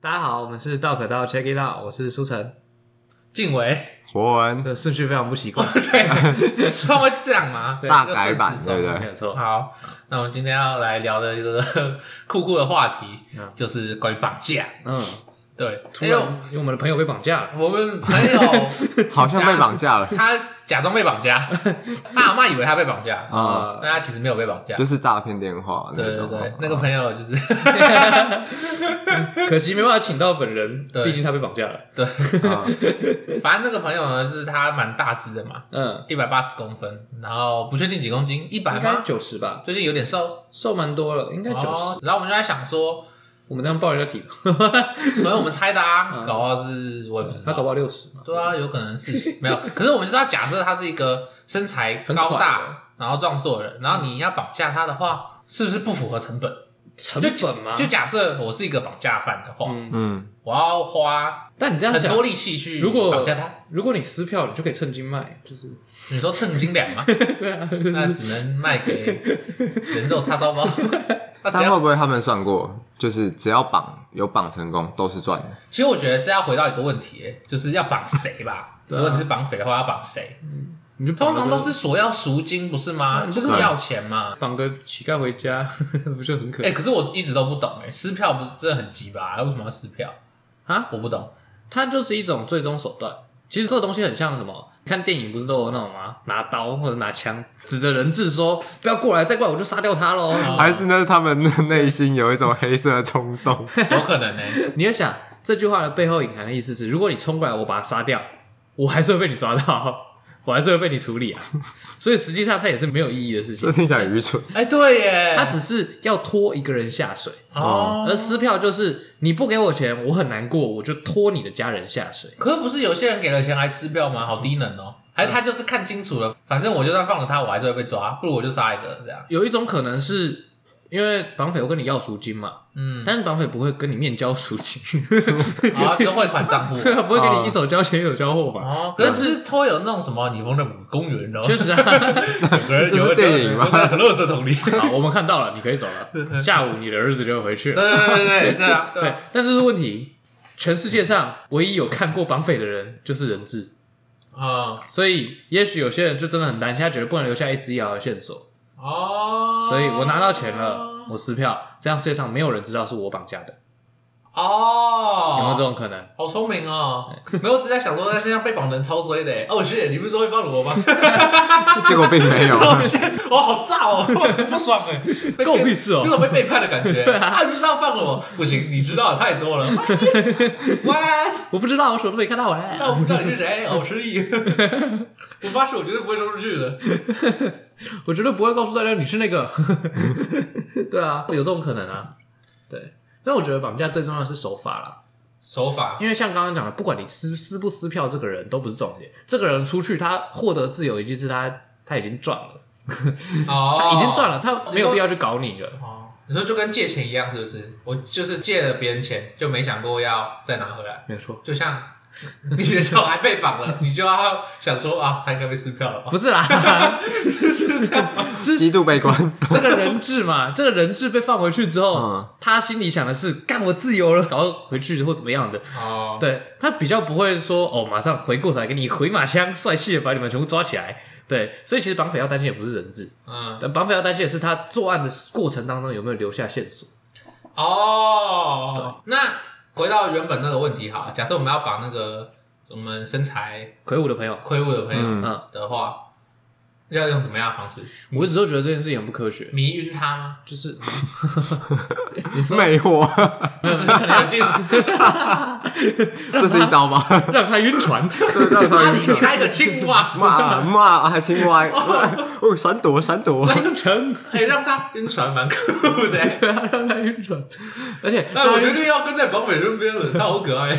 大家好，我们是道可道 Check It Out，我是舒晨。静伟，博文这顺序非常不习惯，稍微这样嘛，大就改版顺时钟对不没有对？错。好，那我们今天要来聊的这个酷酷的话题，嗯就是关于绑架。嗯，对，突因然为因为我们的朋友被绑架了，我们朋友 好像被绑架了，他假装被绑 架，他阿妈以为他被绑架，啊但他其实没有被绑架。就是诈骗电话对那对种。对，那个朋友就是哦 可惜没办法请到本人，对毕竟他被绑架了。对，啊反正那个朋友呢，就是他蛮大只的嘛，嗯，一百八十公分，然后不确定几公斤，一百应该吗？九十吧，最近有点瘦，瘦蛮多了，应该九十哦。然后我们就在想说，我们这样报人家体重， 可能我们猜的嗯啊，搞不好是我也不知他搞道。不好六十嘛。对啊，有可能是 没有，可是我们是要假设他是一个身材很高快嗯的大，然后壮硕的人，然后你要绑架他的话，是不是不符合成本？嗯成就本吗？就假设我是一个绑架犯的话，嗯，嗯，我要花但你这样很想多，力气去如果绑架他。如果你撕票，你就可以趁机卖，就是你说称斤两 吗？对啊，那只能卖给人肉叉烧 包。那谁但会要？不会他们算过，就是只要绑有绑成功都是赚的？其实我觉得这要回到一个问题，欸就是要绑谁吧？ 对如啊果你是绑匪的话，要绑谁？你就绑通个常都是索要赎金，不是吗？嗯就是对要钱嘛。绑个乞丐回家， 不就很可哎、怜？可是我一直都不懂哎、欸撕票不是真的很鸡巴，哎为什么要撕票啊？我不懂。它就是一种最终手段。其实这个东西很像什么？看电影不是都有那种吗？拿刀或者拿枪指着人质说：“不要过来，再过来我就杀掉他喽。哦还是呢，他们内心有一种黑色的冲 动？有可能 呢、欸你要想这句话的背后隐含的意思是：如果你冲过来，我把他杀掉，我还是会被你抓到， 我还是会被你处理啊。所以实际上它也是没有意义的事这情，听起来很愚蠢。哎、对耶，它只是要拖一个人下水。哦而。撕票就是你不给我钱，我很难过，我就拖你的家人下水。可是不是有些人给了钱还撕票吗？好低能哦！还是他就是看清楚了，反正我就算放了他，我还是会被抓，不如我就杀一个 这样。有一种可能是因为绑匪会跟你要赎金嘛，嗯，但是绑匪不会跟你面交赎金， 好，就汇款账户。对啊，不会给你一手交钱一手交货嘛。哦，可是都有那种什么你风的母公园哦，确实啊， 有这是电影吗垃圾桶里。好，我们看到了，你可以走了。下午你的儿子就会回去 对了。对对对对 啊！对对啊，但这是问题，全世界上唯一有看过绑匪的人就是人质，嗯，所以也许有些人就真的很担心，他觉得不能留下一丝一毫的线索，哦，所以我拿到钱了，我撕票，这样世界上没有人知道是我绑架的，有没有这哦，种可能？好聪明哦！没有，我只在想说，在身上被绑的人超衰的欸。哦，谢，你不是说会放我吗？ 结果并没有，啊我好炸哦， 不爽哎， 关我屁事哦有种被背叛的感觉。 对啊你就是要放了我，不行，你知道的太 多了。哇，我不知道，我什么都没看到哎、那我不知道你是谁，好失 忆。我发誓，我绝对不会说出去的。我绝对不会告诉大家你是那个。 对啊，有这种可能啊。对，但我觉得绑架最重要的是手法啦，手法，因为像刚刚讲的，不管你撕撕不撕票，这个人都不是重点。这个人出去，他获得自由已经是他他已经赚了，哦，已经赚了，他没有必要去搞你了。哦，你说就跟借钱一样，是不是？我就是借了别人钱，就没想过要再拿回来。没有错，就像你的小孩被绑了，你就要想说啊，他应该被撕票了吧？不是啦， 极度 悲观。这个人质嘛，这个人质被放回去之后，嗯他心里想的是干我自由了，然后回去或怎么样的，哦，对他比较不会说哦，马上回过头来给你回马枪，帅气的把你们全部抓起来。对，所以其实绑匪要担心也不是人质，嗯，但绑匪要担心的是他作案的过程当中有没有留下线索。哦，那回到原本那个问题哈，假设我们要绑那个我们身材魁梧的朋友，魁梧的朋友嗯，嗯，的话，要用怎么样的方式？我一直都觉得这件事情很不科学，迷晕他吗？就是魅惑，就是你可能要进，这是一 招吗？让他晕船。这让他啊晕你你船。那个青蛙，骂骂还青 蛙，哦，闪躲闪躲，清晨，哎，让他晕船蛮酷的欸。对啊，让他晕船，而且那我让他决晕定要跟在绑匪身边了，他好可爱。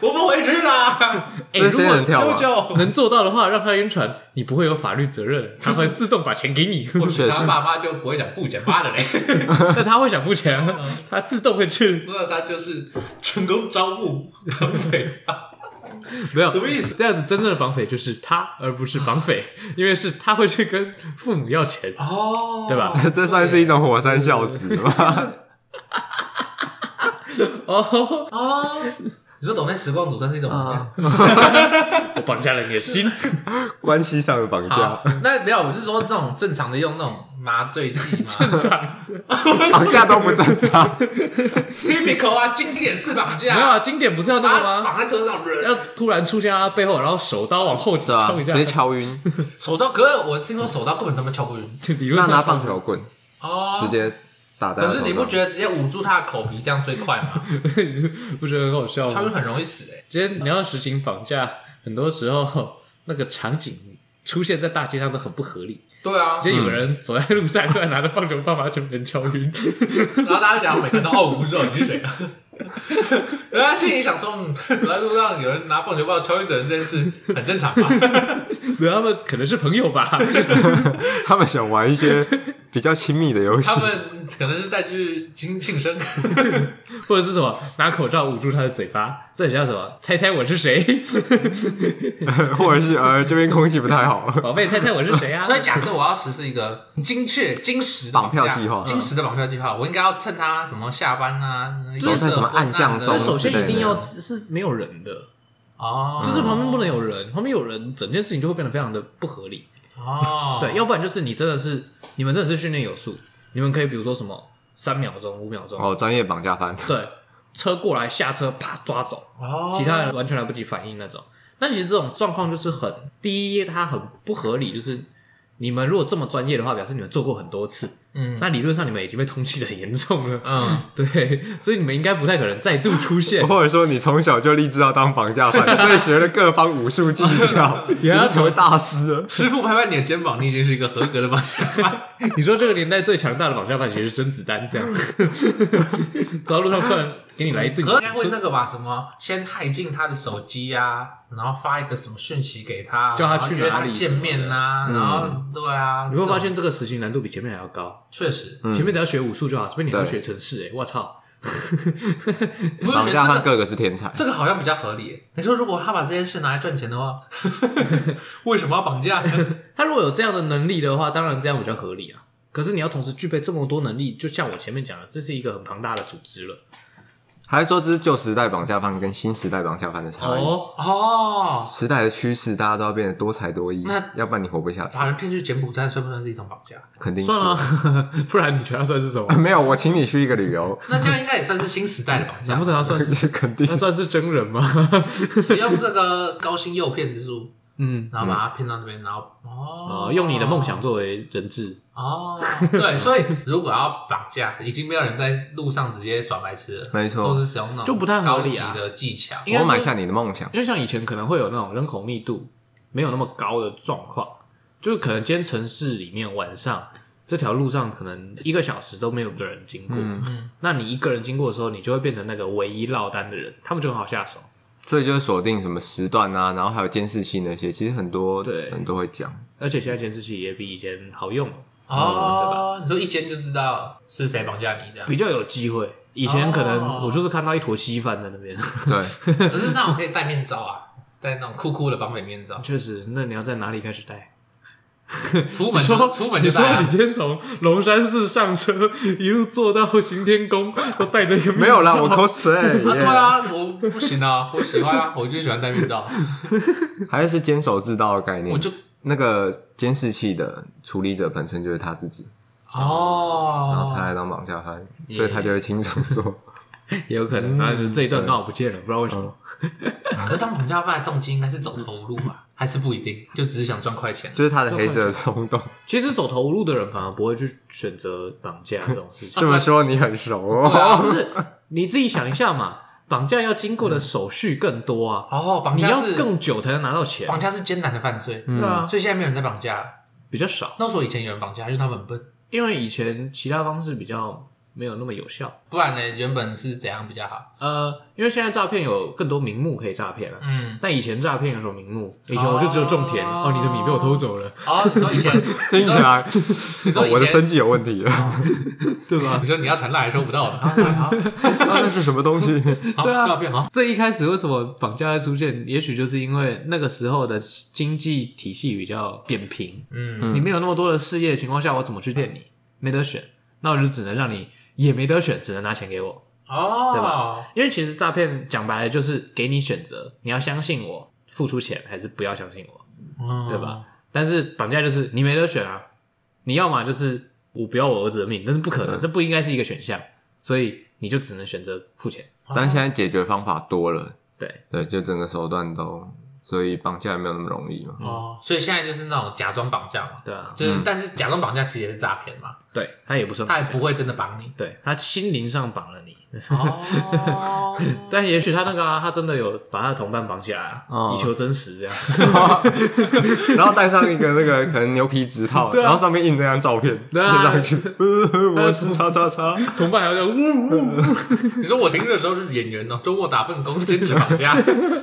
我不啊回去啦！哎这仙人如跳啊舅吧。果舅，能做到的话，让他晕船，你不会有法律责任，他会自动把钱给你，或许确他实爸妈就不会讲不讲妈的嘞， 但 他会想付钱啊，他自动会去。那他就是成功招募绑匪，啊没有什么意思？这样子真正的绑匪就是他，而不是绑匪，因为是他会去跟父母要钱，哦，对吧？这算是一种火山孝子吗？哦，哦，你说懂内时光组算是一种绑架？我绑架了你的心。关系上的绑好架，，那没有，我是说这种正常的用那种麻醉剂嘛绑架都 不正常。 ，typical 啊，经典式绑没有架，啊，经典不是要那把个它吗？啊绑在车上，要突然出现在他背后，然后手刀往后对啊，敲一直下，接敲晕，手刀，可是我听说手刀根本他妈敲不晕 理论那上拿棒球棍哦直接打在可他头是上。你不觉得直接捂住他的口皮这样最快吗？ 不觉得很好笑敲吗晕？很容易死哎、今天你要实行绑架，很多时候那个场景出现在大街上都很不合理。对啊，今天有个人走在路上，突然拿着棒球棒把全部人敲晕，然后大家就讲每个人都哦，我不知道你是谁 啊。然后他心里想说，嗯，走在路上有人拿棒球棒敲晕的人这件事很正常吧？然后他们可能是朋友吧？他们想玩 一些比较亲密的游戏他？们可能是带去庆庆生，或者是什么拿口罩捂住他的嘴巴，这很像什么？猜猜我是谁？或者是呃，这边空气不太好，宝贝，猜猜我是谁啊？ 所以假设我要实施一个精确、精实的绑票架计划精实的绑票计划，我应该要趁他什么下班啊，走在什么暗巷中首先一定要是没有人的，哦，就是旁边不能有人，旁边有人，整件事情就会变得非常的不合理。哦，对，要不然就是你真的是你们真的是训练有素，你们可以比如说什么三秒钟、五秒钟，哦，专业绑架犯，。对，车过来下车啪抓走，哦，其他人完全来不及反应那种。但其实这种状况就是很第一，它很不合理，就是你们如果这么专业的话，表示你们做过很多次，嗯那理论上你们已经被通缉的很严重了，嗯，对，所以你们应该不太可能再度出 现或者说你从小就立志要当绑架犯，所以学了各方武术技 巧，你要要成为大师了。师傅拍拍你的肩膀，你已经是一个合格的绑架犯。你说这个年代最强大的绑架犯其实是甄子丹 这样，走到路上突然给你来一顿，可能应该会那个吧，什么先害进他的手机呀、然后发一个什么讯息给他，叫他然后去约哪里他见面呐、然后对啊，嗯你会发嗯这种现这个实行难度比前面还要高。确实，前面只要学武术就好，这边你还要对学城市、欸，哎，我操！我绑就觉架得犯这个个个是天才，这个好像比较合理。你说如果他把这件事拿来赚钱的话， 为什么要绑架呢？ 他如果有这样的能力的话，当然这样比较合理啊。可是你要同时具备这么多能力，就像我前面讲的，这是一个很庞大的组织了。还是说这是旧时代绑架犯跟新时代绑架犯的差异？哦，哦，时代的趋势，大家都要变得多才多艺那，要不然你活不下去，把人骗去柬埔寨算不算是一种绑架？肯定是。算啊， 不然你觉得它算是什 么？没有，我请你去一个 旅游，那这样应该也算是新时代的绑难架不。成他算 是是肯定他是。算是真 人吗？使用这个高薪诱骗之术，嗯，然后把他骗到那边，然后哦哦，，用你的梦想作为人质，哦，对，所以如果要绑架，已经没有人在路上直接耍白痴了，没错都是使用那种就不太合高理级啊的技巧。该我说买下你的梦想，因为像以前可能会有那种人口密度没有那么高的状况，就是可能今天城市里面晚上这条路上可能一个小时都没有个人经过，嗯，那你一个人经过的时候，你就会变成那个唯一落单的人，他们就很好下手。所以就是锁定什么时段啊，然后还有监视器那些，其实很多对人都会讲。而且现在监视器也比以前好用，哦，你说一间就知道是谁绑架你这样，比较有机会。以前可能哦我就是看到一坨稀饭在那边， 对， 可是那我可以戴面罩啊，戴那种酷酷的绑匪面 罩，确实。那你要在哪里开始戴？ 出门就出门就戴啊。今天从龙山寺上车，一路坐到行天 宫，都戴着一个没有啦，我 cosplay，啊，对 yeah 啊，我不行啊，我喜欢啊，我就喜欢戴面罩，嗯还是坚守自盗的概念。我就那个监视器的处理者本身就是他自己，然后他哦，来当绑架犯，所以他就会清楚说，。也有可嗯能，然后就这一段刚好不见了，不知道为什么。可是当绑架犯的动机应该是走投无路吧，还是不一定，就只是想赚快钱就是他的黑色冲动。其实走投无路的人反而不会去选择绑架这种事情。 这么说你很熟对哦，啊不是，你自己想一下嘛，绑架要经过的手续更多啊，哦，绑你架要是更久才能拿到钱，绑架是艰难的犯罪，对啊，所以现在没有人在绑架了。比较少。那时候以前有人绑架，因为他们很笨，因为以前其他方式比较没有那么有效。不然呢，原本是怎样比较好？呃，因为现在诈骗有更多名目可以诈骗了、嗯，但以前诈骗有什么名目？以前我就只有种田哦哦你的米被我偷走了， 哦， 你说以前，听起来哦你说以前，我的生计有问 题了。对吧？你说你要谈恋爱收不 到的，好好啊，那是什么东 西？好，对啊不要变好，最一开始为什么绑架会出现？也许就是因为那个时候的经济体系比较扁平，嗯，你没有那么多的事业的情况下，我怎么去骗你？没得选，那我就只能让你也没得选，只能拿钱给我。哦，对吧？因为其实诈骗讲白了就是给你选择，你要相信我，付出钱，还是不要相信我，嗯对？吧？但是绑架就是你没得选啊，你要么就是我不要我儿子的命，但是不可能，这不应该是一个选项，所以你就只能选择付钱。哦但现在解决方法多了，对，对，就整个手段都，所以绑架也没有那么容易嘛。哦，所以现在就是那种假装绑架嘛，对啊就是但是假装绑架其实也是诈骗嘛，对他也不算他也不会真的绑你。对他心灵上绑了你，哦，但也许他那个啊，他真的有把他的同伴绑起来啊，哦以求真实这样。 然后戴上一个那个可能牛皮纸套，啊然后上面印那张照片贴对啊 上去，呃我是叉叉叉，同伴还在呜呜，呜 你说我平日的时候是演员哦，周末打份工兼职绑 架，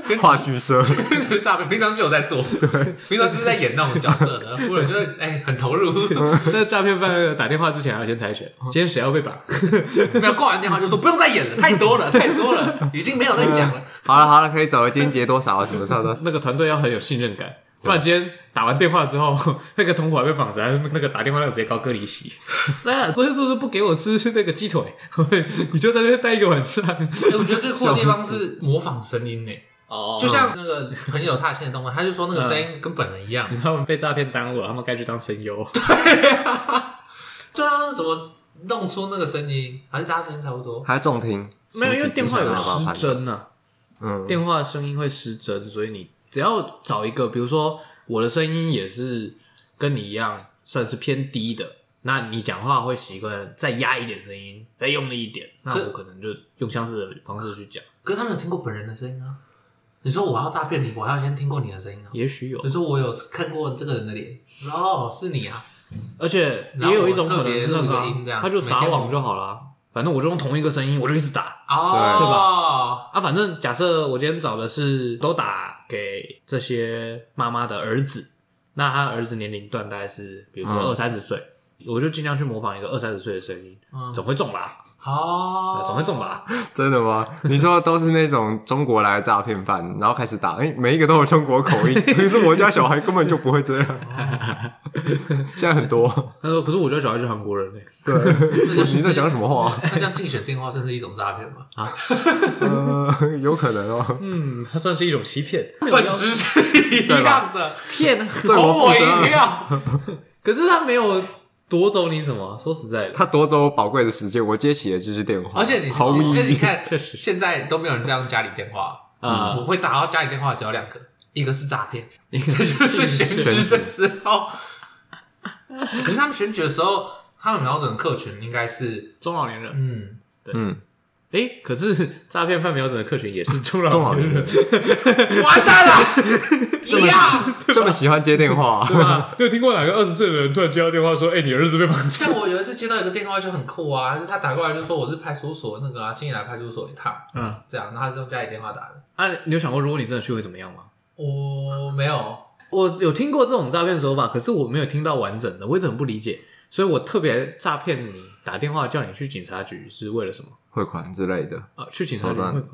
兼话剧社，职诈骗，平常就有在做，对，平常就是在演那种角色的，忽然就是哎很投入，那诈骗犯那个打电话之前还要先猜拳，今天谁要被绑？没有挂完电话就说不用再演了，太多了，太多了，已经没有在讲了。好了好了，可以走了，今天结多少啊什么叉叉，那个团队要很有信任感，不然今天打完电话之后， 那个同伙还被绑着，那个打电话那个直接高歌离 席。这样，昨天是不是不给我吃那个鸡腿？ 你就在那边待一个晚上。哎，我觉得最酷的地方是模仿声音呢，哦就像那个朋友他现在动漫，他就说那个声音跟本人一样。他们被诈骗耽误了，他们该去当声优。对啊，怎么弄出那个声音？还是大家声音差不多？还重听， 没有，因为电话有失真 啊，嗯，电话声音会失真，所以你只要找一个，比如说我的声音也是跟你一样，算是偏低的。那你讲话会习惯再压一点声音，再用力一点，那这我可能就用相似的方式去讲，可是他没有听过本人的声音啊。你说我要诈骗你，我还要先听过你的声音啊。也许有你说我有看过这个人的脸，哦，是你啊。而且也有一种可能是那然后我特别录个个啊音这样，他就撒网就好了，啊反正我就用同一个声音，我就一直打哦，对吧？啊。反正假设我今天找的是都打给这些妈妈的儿子，那他儿子年龄段大概是比如说嗯二三十岁，我就尽量去模仿一个二三十岁的声音，总会中吧，哦，总会中吧。真的吗？你说都是那种中国来的诈骗犯，然后开始打，哎、每一个都有中国口音，可是我家小孩根本就不会这样。现在很多，他说：“呃可是我家小孩是韩国人嘞、欸你在讲什么话？那这样竞选电话算是一种诈骗吗？呃，有可能哦、嗯，他算是一种欺骗， 本质是一样的，骗啊。哄对我哦我负一责。票。可是他没有夺走你什么，说实在的，他夺走我宝贵的时间，我接起的就是电话，而且你毫无而且意你 义。看，确实现在都没有人在用家里电话啊我会打到家里电话只有两个，一个是诈骗， 一个就是选举的时候。可是他们选举的时候，他们瞄准的客群应该 是中老年人。嗯，嗯，诶，可是 诈骗犯瞄准的客群也是中中老老年年人 人，完蛋 了，这一么样。 这么喜欢接 电话，对吧？ 你有听过哪个二十岁的人突然接到电话说：“哎、你儿子被绑架像我有一次接到一个电话就很酷啊，就是他打过来就说我是派出所那个啊，新来派出所一趟，？”嗯，这样，然后他是用家里电话打的。啊，你有想过如果你真的去会怎么样吗？我没有，我有听过这种诈骗手法，可是我没有听到完整的，我一直很不理解，所以我特别诈骗你打电话叫你去警察局是为了什么？汇款之类的。啊，去警察局手段会吗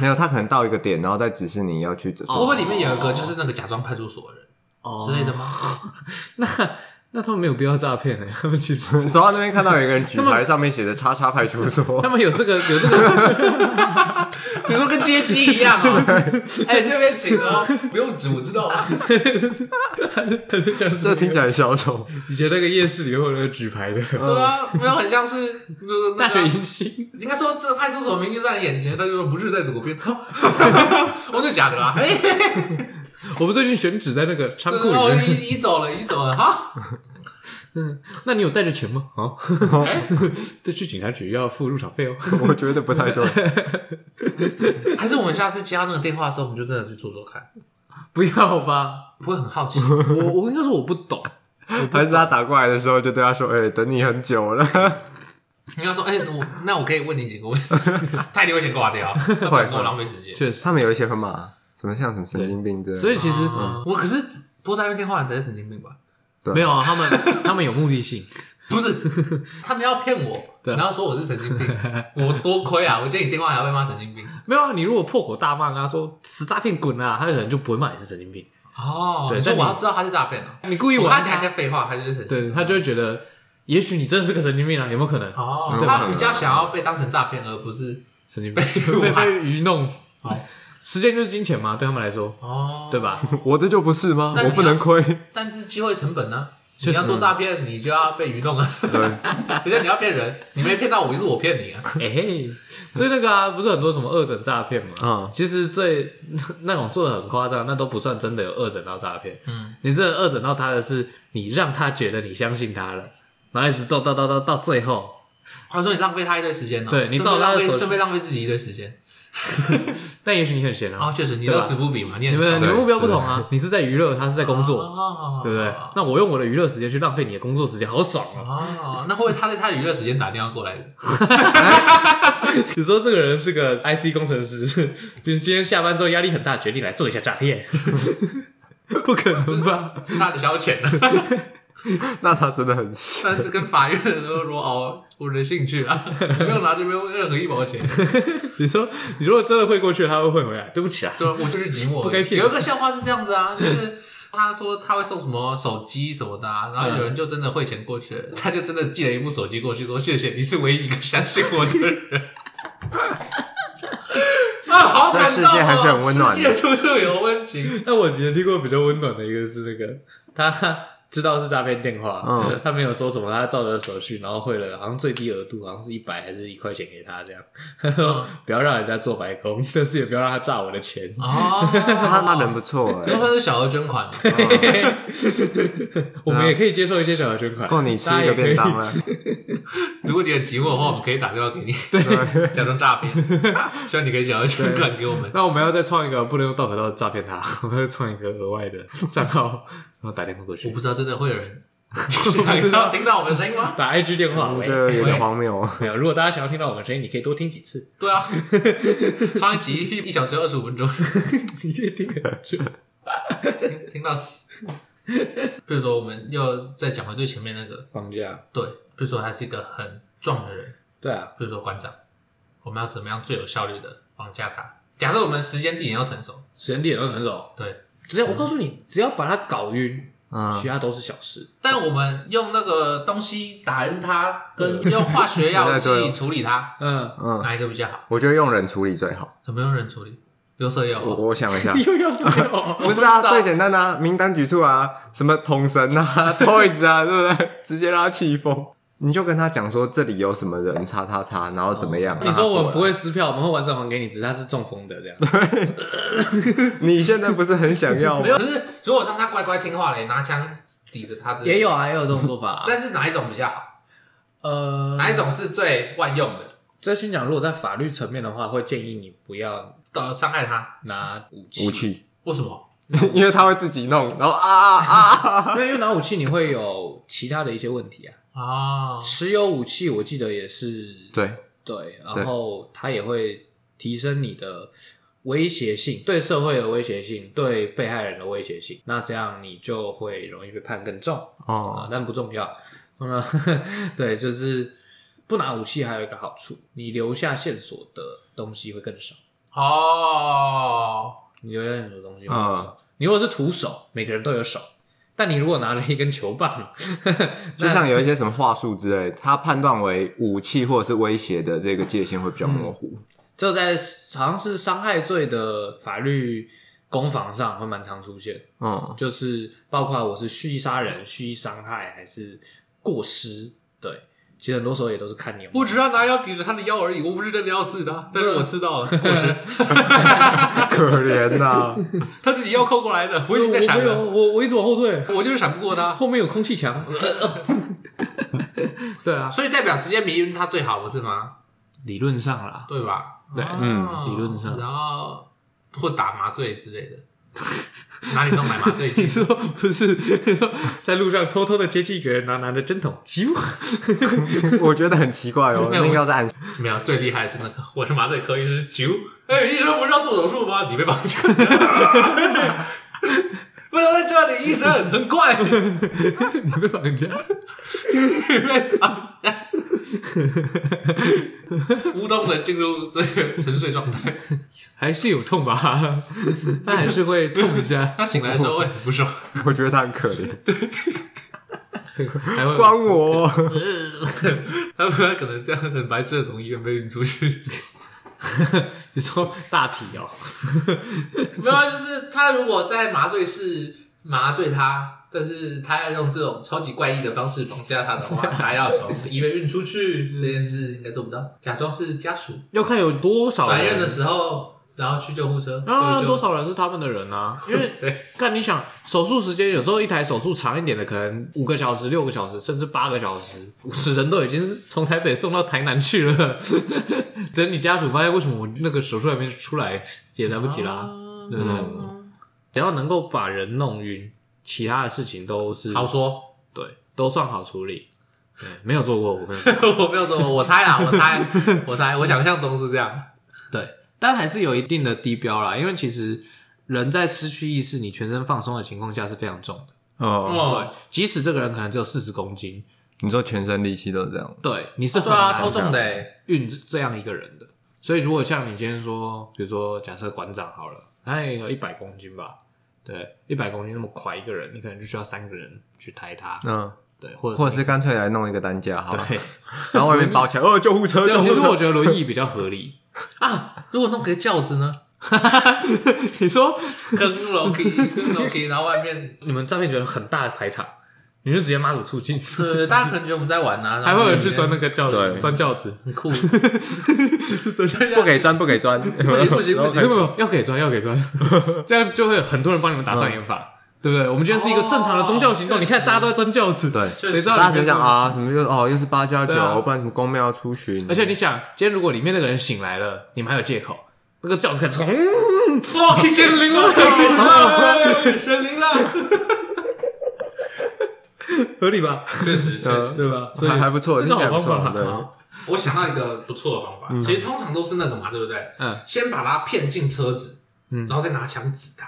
没有，他可能到一个点，然后再指示你要去。会不会里面有一个就是那个假装派出所的人哦之类的吗？那那他们没有必要诈骗呢，他们其 实走到那边看到有一个人举牌，上面写着“叉叉派出所他们有这个有这个， 你说跟接机一样 啊？哎，这边请哦， 不用指，我知道啊。他就像”， 这是听起来很小丑。 以前那个夜市里会有那个举牌的嗯对啊，没有很像是呃那个啊大学迎新，应该说这个派出所名就在你眼前，他就说不是在 左边，我就假的啦。哎， 我们最近选址在那个仓库里我面，移移走了，移走了哈。 那你有带着钱吗？啊， 这去警察局要付入场费哦。 我觉得不太对，还是我们下次接到那个电话的时候，我们就真的去做做看，不要吧，不会很好 奇。我我应该说我不懂，还是他打过来的时候就对他说：“哎、等你很久了。 你要说，哎、我那我可以问你几个 问题，他一定会先挂 掉，他不能跟我浪费时间。确”实。他们有一些会骂，什么像什么神经病之类的。所以其实、嗯我可是拨诈骗电话的人才是神经病吧？对没有啊，他们 他们有目的性，不是， 他们要骗我，啊然后说我是神经病， 我多亏啊！我接你电话还要被骂神经病没有啊。你如果破口大骂，跟他说“死诈骗滚啊”，他可能就不会骂你是神经病。哦。对你说但你我要知道他是诈骗啊，你故意我玩他讲一些他，废话，他就是神经病。对他就会觉得，也许你真的是个神经病啊，有没有可能？哦有，可能他比较想要被当成诈骗，而不是神经病，被被被愚弄。好，时间就是金钱嘛，对他们来说，哦，对吧？我的就不是吗那？你我不能亏。 但是机会成本呢？确你实要做诈骗，你就要被愚弄啊！对， 谁叫你要骗人？你没骗到我，就是我骗你啊！ 哎、嘿，所以那个啊，不是很多什么二诊诈骗嘛？嗯其实最 那种做的很夸张，那都不算真的有二诊到诈骗。嗯，你真的二诊到他的是你让他觉得你相信他了，然后一直到到到到到最后，他说你浪费他一堆时间了，对你顺照便他浪的费，手机顺便浪费自己一堆时间。但也许你很闲啊，啊，确实，你对吧乐此不彼嘛，你你很们小你们目标不对同啊，你是在娱乐，他是在工作，哦对不对？那我用我的娱乐时间去浪费你的工作时间，好爽啊！哦，那会不会他在他的娱乐时间打电话过来？你说这个人是个 IC 工程师， 就是今天下班之后压力很大，决定来做一下诈骗，不可能吧？是他的消遣啊。那他真的很 闲但是跟法院的说说哦，我的兴趣啊， 没有拿这边任何一毛钱， 你说，你如果真的汇过去，他会汇回来，对不起啊。对，我就是寂 寞。不该骗有一个笑话是这样子啊，就是。他说他会送什么手机什么的、啊，然后有人就真的汇钱过去嗯了，他就真的寄了一部手机过去，说谢谢，你是唯一一个相信我的人。 啊，好感动、哦！这世界还是很温暖的世界处处有温情。 那我觉得听过比较温暖的一个是那个，他知道是诈骗电话，嗯他没有说什么，他照着手续，然后汇了，好像最低额度好像是一百还是一块钱给他这样， 他说不要让人家做白工， 但是也不要让他诈我的钱。哦，他他人不错那 哎，算是小额捐款，我们也可以接受一些小的捐款，够你吃一个便当了。了。如果你很寂寞的话，我们可以打电话给你，对， 假装诈骗，希望你可以小额捐款给我们。 那我们要再创一个不能用道可道诈骗他， 我们要再创一个额外的账号， 然后打电话过我去不，知道真的会有人听到听到我们的声音 吗？打 IG 电话。喂这有点喂荒谬哦。没有，如果大家想要听到我们声音，你可以多听几次，对啊，上一集一小时二十五分 钟，你可以听很久。听听到死。比如说，我们又再讲回最前面那个，放假，对，比如说他是一个很壮的人，对啊，比如说馆长，我们要怎么样最有效率的绑架他？假设我们时间地点要成熟，时间地点都成熟，对，只要我告诉你，只要把他搞晕，嗯其，他都是小事。但我们用那个东西打晕他，跟用化学药对对剂对处理 他，嗯，哪一个比较好？我觉得用人处理最好。怎么用人处理？有色也有我哦，我想 一 下，又要这样，不是啊，最简单的啊，名单举出来啊，什么桶神啊、toys 啊，对不对？直接让他气疯。你就跟他讲说这里有什么人，叉叉叉，然后怎么样？哦你说我让他们不过来，会撕票，我们会完整还给你，只是他是中风的这样。你现在不是很想要没吗？有。可是如果让他乖乖听话嘞，拿枪抵着他之类 的也有啊，也有这种做 法啊。但是哪一种比较好？呃，哪一种是最万用的？这先讲，如果在法律层面的话，会建议你不要呃，伤害他？拿武器。武， 器， 为什么？因为他会自己弄，然后啊啊啊啊！因为拿武器你会有其他的一些问题啊。啊，持有武器，我记得也是对，对，然后它也会提升你的威胁性，对社会的威胁性，对被害人的威胁性。那这样你就会容易被判更重啊哦，，但不重要。嗯， 对，就是不拿武器还有一个好处，你留下线索的东西会更少。哦，你留下很多东西会更少。你如果是徒手，每个人都有手，但你如果拿了一根球棒，就像有一些什么话术之类，他判断为武器或者是威胁的这个界限会比较模糊。这在好像是伤害罪的法律攻防上会蛮常出现，嗯，就是包括我是蓄意杀人、蓄意伤害还是过失，对，其实很多时候也都是看你有没有我只要拿腰抵着他的腰而已，我不是真的要刺他，但是我刺到了，过 失， 可怜啊呐，他自己腰扣过来的，我已经在闪我没有了，我我一直往后退，我就是闪不过他，后面有空气墙。 对啊，所以代表直接迷晕他最好，不是吗？理论上啦，对吧？对啊嗯理论上然后或打麻醉之类的，哪里都买麻醉剂 你。说不是 在路上偷偷的接近一个人，拿拿着针筒，急 我。我觉得很奇怪哦，哎我那个要在按没有，最厉害的是那个，我是麻醉科医师，九，哎，医生不是要做手术吗？你被绑 架了，不能在这里，医生很快，你被绑架，无动的进入这个沉睡状态。 还是有痛吧？ 他还是会痛一下， 他醒来的时候会很 哎不啊爽，我觉得他很可怜，还会关我。 他可能这样很白痴的从医院被运出去。你说大体哦，没有啊，就是他如果在麻醉室麻醉他，但是他要用这种超级怪异的方式绑架他的 话，他要从医院运出去这件事应该做不到。假装是家属，要看有多少转人院的时候，然后去救护车，啊，就多少人是他们的人啊？ 因为对，看你想手术时间，有时候一台手术长一点的，可能五个小时、六个小时，甚至八个小时，死人都已经是从台北送到台南去了。 等你家属发现为什么我那个手术还没出来，也来不及啦、哦哦嗯对不对？只要能够把人弄晕，其他的事情都是好说。 对，都算好处理。对，没有做过，我没有做 过。我没有说，我猜啦，我 猜，我猜，我想象中是这样。对，但还是有一定的低标啦，因为其实人在失去意识、你全身放松的情况下是非常重的。哦，对，，即使这个人可能只有四十公斤，你说全身力气都这样，对，你是对啊，很超难重的欸，运这样一个人的。所以如果像你今天说，比如说假设馆长好了，他也有一百公斤吧，对，一百公斤那么快一个人，你可能就需要三个人去抬他，嗯，对，或者或者是干脆来弄一个担架好了，对。然后外面 包起来，哦，救护车，救护其实我车，觉得轮椅比较合 理。啊，如果弄个轿子呢？你说跟楼 梯，跟楼梯，然后外面，你们照片觉得很大的排场，你就直接妈祖促进，对，大家可能觉得我们在玩啊，还会有人去去钻那个轿子，对钻轿子。很 酷，不给钻，不 给钻，不行不行不没有没有，要给砖，要给砖，这样就会有很多人帮你们打障眼嗯法，对不对？我们今天是一个正常的宗教行动，哦你看大家都在钻轿子， 对谁知道大家里面想想钻啊，什么又哦又是八加对啊九，不然什么公庙出巡，而且你想，今天如果里面那个人醒来了，你们还有借口，那个轿子开 始轰，哇，神灵了，神灵了，合理吧？确实确实。对啊吧？所以还还不错，这个听起来好不错方法，对，啊。我想到一个不错的方法，其实通常都是那个嘛，对不对？嗯，先把他骗进车子，然后再拿枪指他，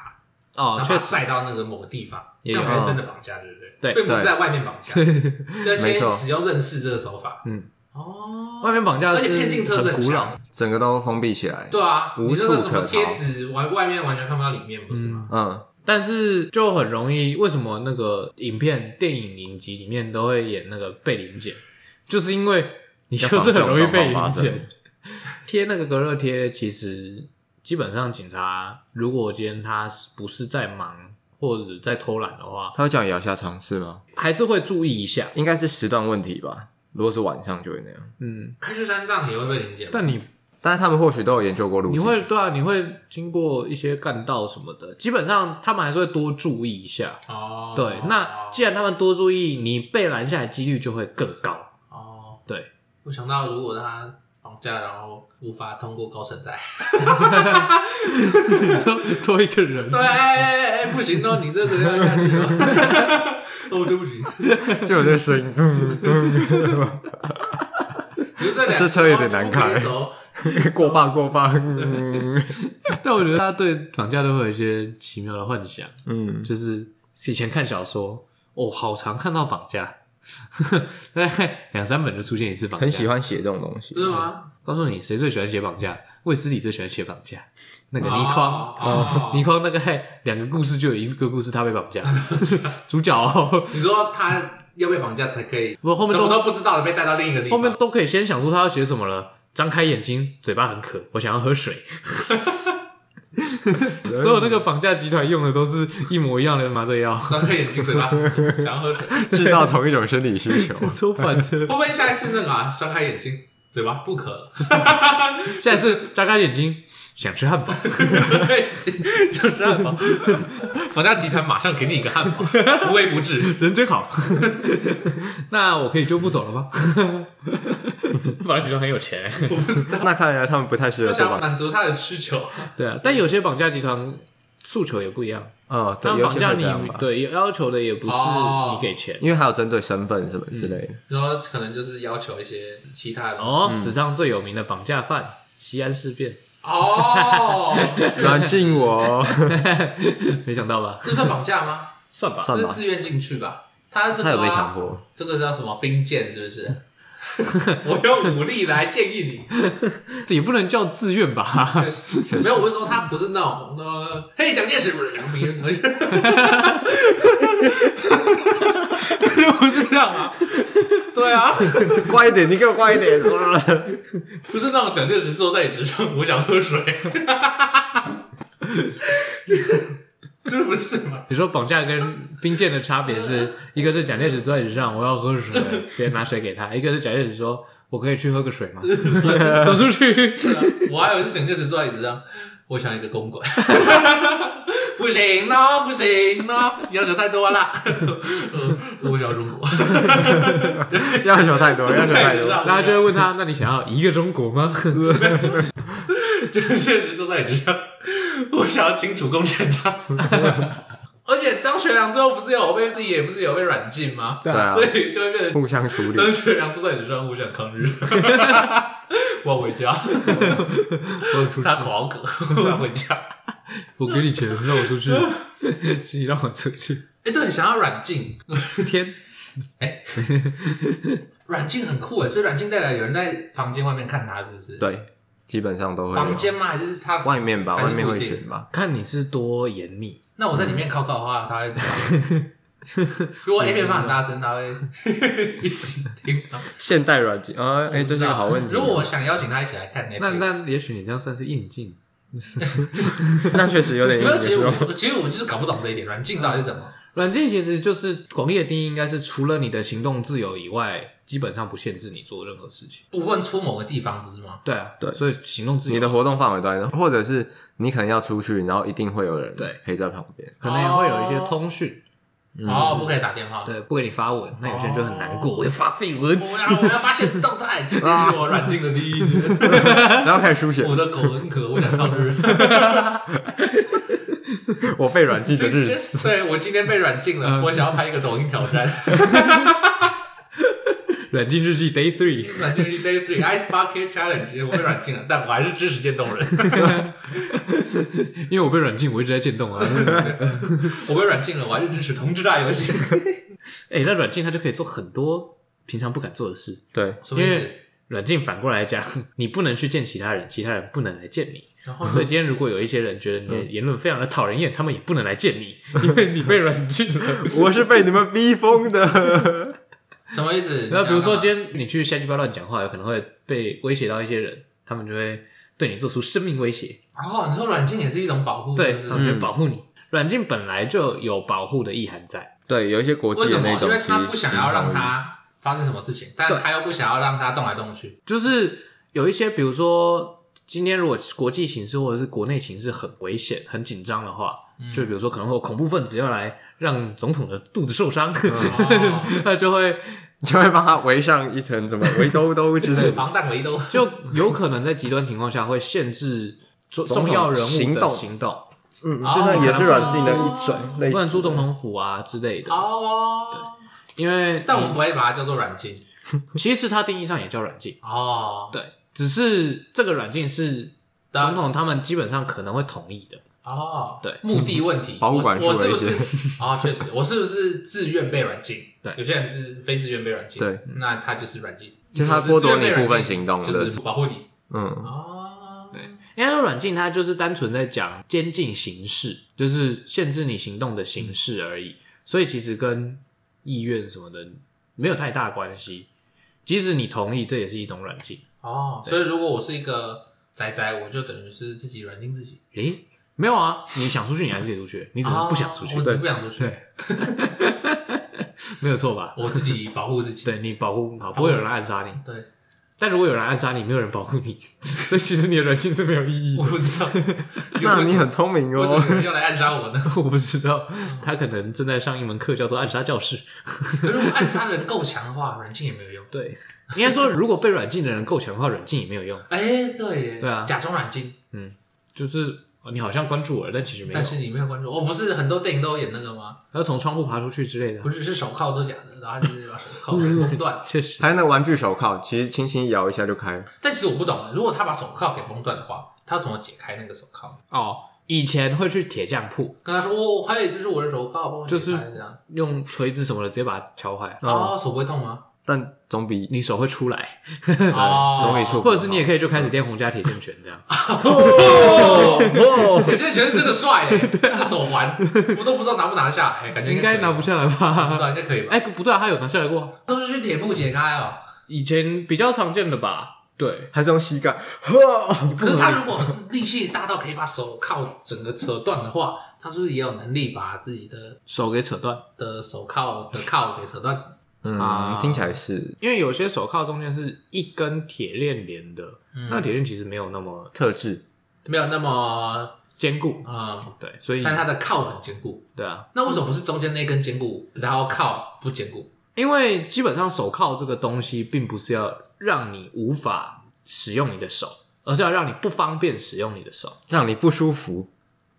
哦然，后把确他实，载到那个某个地方，这也有样才是真的绑架，对不对对？并不是对在外面绑架，要没先错使用认识这个手法。嗯，哦，外面绑架而是且骗进车子很很古老，强，整个都封闭起来，对啊，你无那个处什么可逃贴纸，完外面完全看不到里面，不是吗？嗯，但是就很容易。为什么那个影片、电影影集里面都会演那个被临检，就是因为你就是很容易被要临防这种状况发检。贴那个隔热贴，其实基本上警察如果今天他是不是在忙或者在偷懒的话，他会叫你摇下尝试吗？还是会注意一下。应该是时段问题吧。如果是晚上就会那样，嗯，开去山上也会被临检，但你但是他们或许都有研究过路你径，会对啊，你会经过一些干道什么的，基本上他们还是会多注意一下。哦，对，那既然他们多注意，你被拦下来几率就会更高。哦，对，我想到如果他绑架，然后无法通过高审带， 多一个人 对，哎哎哎，不行哦，你这个要下去哦。 哦，对不起， 就有这声音，嗯你这两哦这车有点难开不可以走 过磅过磅，嗯但我觉得大家对绑架都会有一些奇妙的幻想，嗯，就是以前看小说，哦，好常看到绑架， 大概两三本就出现一次绑架。很喜欢写这种东西真，的吗？告诉你，谁最喜欢写绑架？卫斯理最喜欢写绑架，那个哦倪匡，哦 倪匡大概两个故事就有一个故事他被绑架， 主角、哦、你说他要被绑架才可以，不后面什都么都不知道的被带到另一个地后方，面都可以先想出他要写什么了。张开眼睛，嘴巴很渴，我想要喝水。 所有那个绑架集团用的都是一模一样的麻醉药，张开眼睛嘴巴 想要喝水，会制造同一种生理需求，超烦的。不会下一次那个啊？张开眼睛嘴巴不 渴了，下一次张开眼睛想吃 汉堡，就是汉堡。绑架集团马上给你一个 汉堡，无微不至。人真好。 那我可以就不走了吗？ 绑架集团很有钱。 那看来他们不太适要合 做想吧？满足他的需求，对啊，但有些绑架集团诉求也不一样，嗯，他对，们有绑些架会你这样吧，对有要求的也不是哦你给钱因为还有针对身份什么之类的，然后可能就是要求一些其他的东西哦。史上最有名的绑架犯西安事变， 哦，软禁我，没想到吧？这算绑架吗？算吧，算这吧是，自愿进去吧？他这个啊他有被强， 迫，这个叫什么兵谏是不 是？我用武力来建议你，这也不能叫自愿吧？ 没有，我是说他不是那种呃，嘿，蒋介石不是杨明， 我就就不是这样啊，对啊，乖一点，你给我乖一点。不是那种蒋介石坐在椅子上，我想喝水， 这不是嘛？你说绑架跟兵谏的差别是一个是蒋介石坐在椅子上，我要喝 水，别人拿水给他；一个是蒋介石说，我可以去喝个水 吗？走出去。我还以为是蒋介石坐在椅子上，我想一个公馆， 不行哦，不行哦，要求太多了， 呃我想要中国，要求太多，要求太 在椅子多。上，然后就会问他，那你想要一个中国吗？ 就 确实坐在你上，我想要清楚攻权他。 而且张学良最后不是有被自己也不是有被软禁吗？对啊所以就会变成互相处理张，学良坐在你上，我想抗日， 我要回家，我出去他，口好渴，我要回家。我给你钱，让我出去，是你让我出去。哎、对，想要软禁， 哎天，软禁很酷哎，所以软禁代表有人在房间外面看他，是不是？，对，基本上都会有房间吗？还是他外面吧，还是外面不会一定选吧。看你是多严密，那我在里面烤烤的话，他会。 如果 A 片放很大声，他会 一起听到。现代软件啊，哎，这是个好问题。如果我想邀请他一起来看 Netflix，那那也许你这样算是硬进。 那确实有点没硬有，其是实吧我其实我就是搞不懂这一点，软禁到底是什么？软禁其实就是广义的定义，应该是除了你的行动自由以外，基本上不限制你做任何事情。无论出某个地方不是吗？对啊，对所以行动自你由的活动范围端，或者是你可能要出去，然后一定会有人对陪在旁边。可能也会有一些通讯，嗯哦，不可以打电话。对，不给你发文，那有些人就很难过，我要发绯闻，我要我要发现实动态，这就是我软禁的第一。然后开始书写 我的口很渴，我想到日。我被软禁的日子。嗯对，我今天被软禁了，我想要拍一个抖音挑战， 软禁日记 Day Three，软禁 Day Three Ice Bucket Challenge，我被软禁了，但我还是支持渐冻人。因为我被软禁，我一直在渐冻啊。我被软禁了，我还是支持同志大游戏。 哎、那软禁他就可以做很多平常不敢做的事，对，什么因意思？为软禁反过来讲， 你不能去见其他人，其他人不能来见你。然后所以今天如果有一些人觉得你的言论非常的讨人厌，他们也不能来见你，嗯 因为你被软禁了。 我是被你们逼疯的。 什么意思？ 那比如说今天你去瞎鸡巴乱讲话，有可能会被威胁到一些人，他们就会对你做出生命威胁，哦，你说软禁也是一种保护，对嗯是，嗯他不们是就保护你。软禁本来就有保护的意涵在，对，有一些国为际什的么？那因种，为其他实不想要让行动力他发生什么事情，但对他又不想要让他动来动去。就是有一些，比如说今天如果国际形势或者是国内形势很危险、很紧张的话，嗯就比如说可能会有恐怖分子要来让总统的肚子受伤，嗯哦， 那就会就会帮他围上一层什么围兜兜之类对，的。防弹围兜。就有可能在极端情况下会限制重总统重要人物行的动行动， 嗯，哦就算也是软禁的一种类不能出似。总统府啊之类的，哦，因为但我们不会把它叫做软禁。其实它定义上也叫软禁，哦，对，只是这个软禁是当总统他们基本上可能会同意的，哦，对目的问题。 保护管束我是的我一是些不是？ 哦，确实，我是不是自愿被软禁？对有些人是非自愿被软禁。对，那他就是软禁，就是他剥夺自愿你被软禁部分行动的就是保护你。嗯，哦，对，应该说软禁它就是单纯在讲监禁形式，就是限制你行动的形式而已，所以其实跟意愿什么的没有太大关系，即使你同意，这也是一种软禁。哦，所以如果我是一个宅宅，我就等于是自己软禁自己。诶，没有啊，你想出去你还是可以出去，你只是不想出去，哦我只是不想出去，对 没有错吧？我自己保护自己。对你保护好，不会有人暗杀你。对，但如果有人暗杀你，没有人保护你，所以其实你的人性是没有意义我的。不知道，那你很聪明 为什么哦有。人要来暗杀我呢？我不知道，他可能正在上一门课叫做暗杀教室。可是如果暗杀的人够强的话，软禁也没有用。对，应该说，如果被软禁的人够强的话，软禁也没有用。哎、对耶，对啊假装软禁，就是哦你好像关注我了，但其实没有但。是你没有关注。哦，不是很多电影都有演那个吗？他从窗户爬出去之类的不。是，是手铐都假的，然后就是把手 铐崩断。确实，还有那玩具手铐，其实轻轻摇一下就开了。但其实我不懂，啊如果他把手铐给崩断的话，他要怎么解开那个手铐？哦，以前会去铁匠铺，跟他说：“哦，嘿，这是我的手�铐，帮我解开就是这样。用锤子什么的直接把它敲坏。哦”手不会痛吗？但总比你手会出 来，哦总比说，或者是你也可以就开始练洪家铁线拳这 样。我现在觉得真的帅耶，这手环我都不知道拿不拿得下哎来，感觉应该拿不下来不 知吧？道，应该可以吧？哎，不对啊，他有拿下来过，都是去铁布解开哦。以前比较常见的吧？对，还是用膝盖。 可是他如果力气大到可以把手铐整个扯断的话，他是不是也有能力把自己的手给扯断，的手铐的铐给扯断？啊嗯，听起来是因为有些手铐中间是一根铁链连的，嗯那铁链其实没有那么特质。没有那么坚固，啊、嗯，对，所以但他的铐很坚固。对啊，那为什么不是中间那根坚固，然后铐不坚固？因为基本上手铐这个东西，并不是要让你无法使用你的手，而是要让你不方便使用你的手，让你不舒服，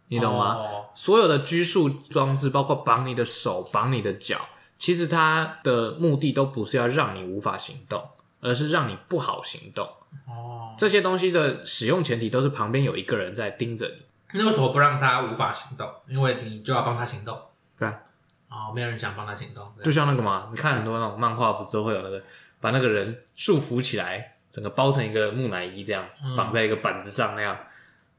你懂吗？哦所有的拘束装置，包括绑你的手、绑你的脚，其实它的目的都不是要让你无法行动，而是让你不好行动。哦，这些东西的使用前提都是旁边有一个人在盯着你。那为什么不让他无法行动？因为你就要帮他行动。对啊，哦，没有人想帮他行动。就像那个嘛，你看很多那种漫画，不是都会有那个把那个人束缚起来，整个包成一个木乃伊这样，绑在一个板子上那样，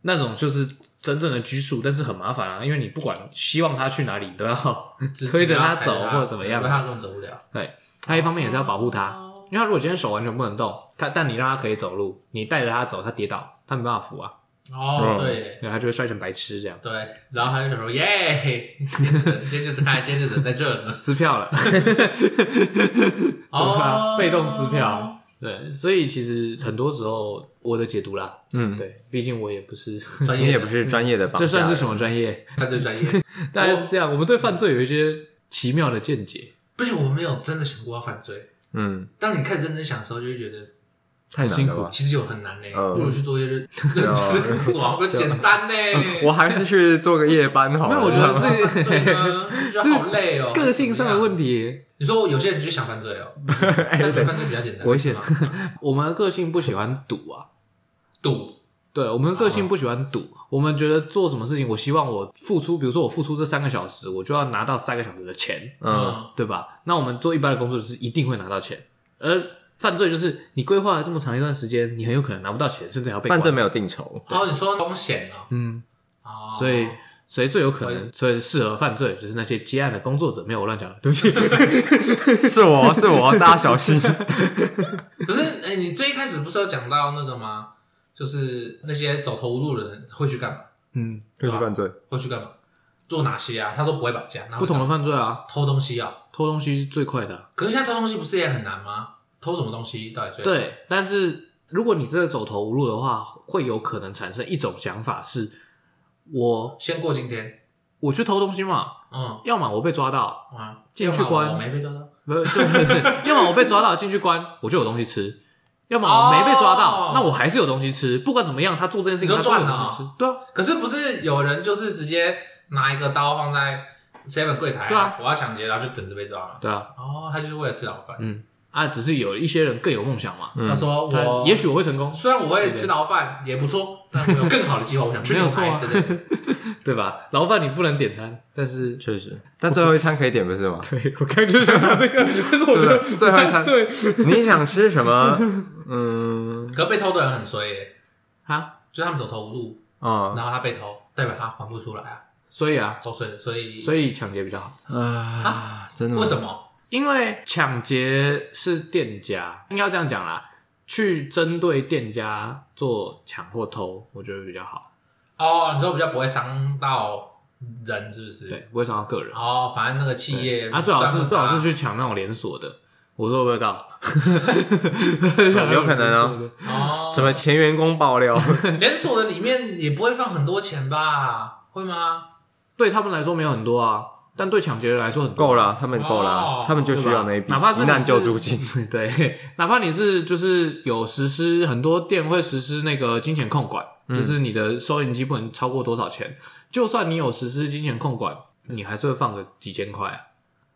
那种就是真正的拘束，但是很麻烦啊，因为你不管希望他去哪里，都要 推着他走或者怎么样不。然他根本走不了。对，他一方面也是要保护他，因为他如果今天手完全不能动，他但你让他可以走路，你带着他走，他跌倒，他没办法扶啊，哦，嗯对然后他就会摔成白痴这样，对，然后他就想说耶，今天就只能今天就只看，今天就只能在这儿 了。撕票了，哦，啊 被动撕票。对，所以其实很多时候我的解读啦，嗯，对，毕竟我也不是，专你业也的不是专业的绑这算是么？什么专业？他最专业。 大概是这样，我们对犯罪有一些奇妙的见解，不是，我没有真的想过要犯罪。嗯，当你开始认真想的时候，就会觉得太难辛了苦吧。其实有很难呢、欸。嗯如果去做一些认认真的工作，不简单呢、 欸。我还是去做个夜班好了。没有我觉得是犯罪呢，就觉得好累哦、个性上的题。问题。你说有些人就想犯罪哦、但是犯罪比较简单，危险是吗 我们的个性不喜欢赌啊，赌对我们个性不喜欢赌，我们觉得做什么事情，我希望我付出，比如说我付出这三个小时，我就要拿到三个小时的钱，嗯，对吧？那我们做一般的工作就是一定会拿到钱，而犯罪就是你规划了这么长一段时间，你很有可能拿不到钱，甚至还要被关犯罪。没有定仇，然后你说风险哦、嗯，哦，所以谁最有可能，所以适合犯罪就是那些接案的工作者。没有，我乱讲了，对不 起。 是我是我，大家小心。可是哎、你最一开始不是有讲到那个吗？就是那些走投无路的人会去干嘛？嗯，又是犯罪，会去干嘛？做哪些啊？他说不会绑架，然后不同的犯罪啊，偷东西啊。偷东西是最快的啊、可是现在偷东西不是也很难吗？偷什么东西到底最？对，但是如果你真的走投无路的话，会有可能产生一种想法是，我先过今天，我去偷东西嘛，嗯要么我被抓到 啊，进去关要么我没被抓到，不是， 对对对，要么我被抓到进去关，我就有东西吃；要么我没被抓到，哦那我还是有东西吃。不管怎么样，他做这件事情你他都都有赚了东西吃，对啊，可是不是有人就是直接拿一个刀放在 seven 柜台，对啊，我要抢劫，然后就等着被抓了。对啊，哦，他就是为了吃牢饭。啊，只是有一些人更有梦想嗯嘛，他说他我也许我会成 功，虽然我会吃牢饭也不错，但我有更好的计划，我想吃没有牛错啊排，对不对？对吧？牢饭你不能点餐，但是确实。但最后一餐可以点不是吗？ 对我刚就想讲这个，但是我觉对得不对啊最后一 餐对你想吃什么？嗯可被偷的人很衰耶，啊，就是他们走投无路，啊，然后他被偷，代表他还不出来啊，所以啊，偷税了，所以所以抢劫比较好，啊，真的吗为？什么？因为抢劫是店家，应该要这样讲啦。去针对店家做抢或偷，我觉得比较好，哦，你说比较不会伤到人是不是？对，，不会伤到个人。哦，反正那个企业啊，最好赚是不最大好是去抢那种连锁的，我说会不会告？ 有可能啊，哦， 什么前员工爆料？ 连锁的里面也不会放很多钱吧？会吗？ 对他们来说没有很多啊，但对抢劫人来说很多够。了，他们够哦了，他们就需要那对一笔吧哪怕是急难救助金。 对，哪怕你是就是有实施很多店会实施那个金钱控管，就是嗯你的收银机不能超过多少钱，就算你有实施金钱控管，你还是会放个几千块啊。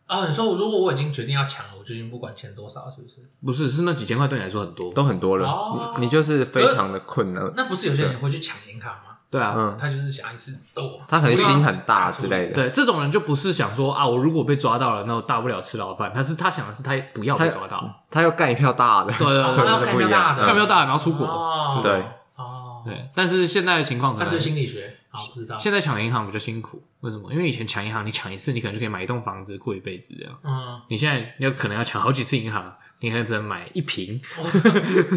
啊，你说如果我已经决定要抢了，我就已经不管钱多少，是不是？不是，是那几千块对你来说很多。都很多哦了，你你就是非常的困难。那不是有些人会去抢银行吗？对啊，嗯，他就是想一次哦，他可能心很大之类的。对，这种人就不是想说啊，我如果被抓到了，那我大不了吃牢饭。他是他想的是他不要被抓到，他要干一票大的，对啊对 哦他对，要干掉大的，干不要大了然后出国。哦，对哦，对，但是现在的情况可犯罪能心理学，好不知道，现在抢银行比较辛苦，为什么？因为以前抢银行，你抢一次，你可能就可以买一栋房子过一辈子这样。嗯，你现在有可能要抢好几次银行，你可能只能买一瓶嗯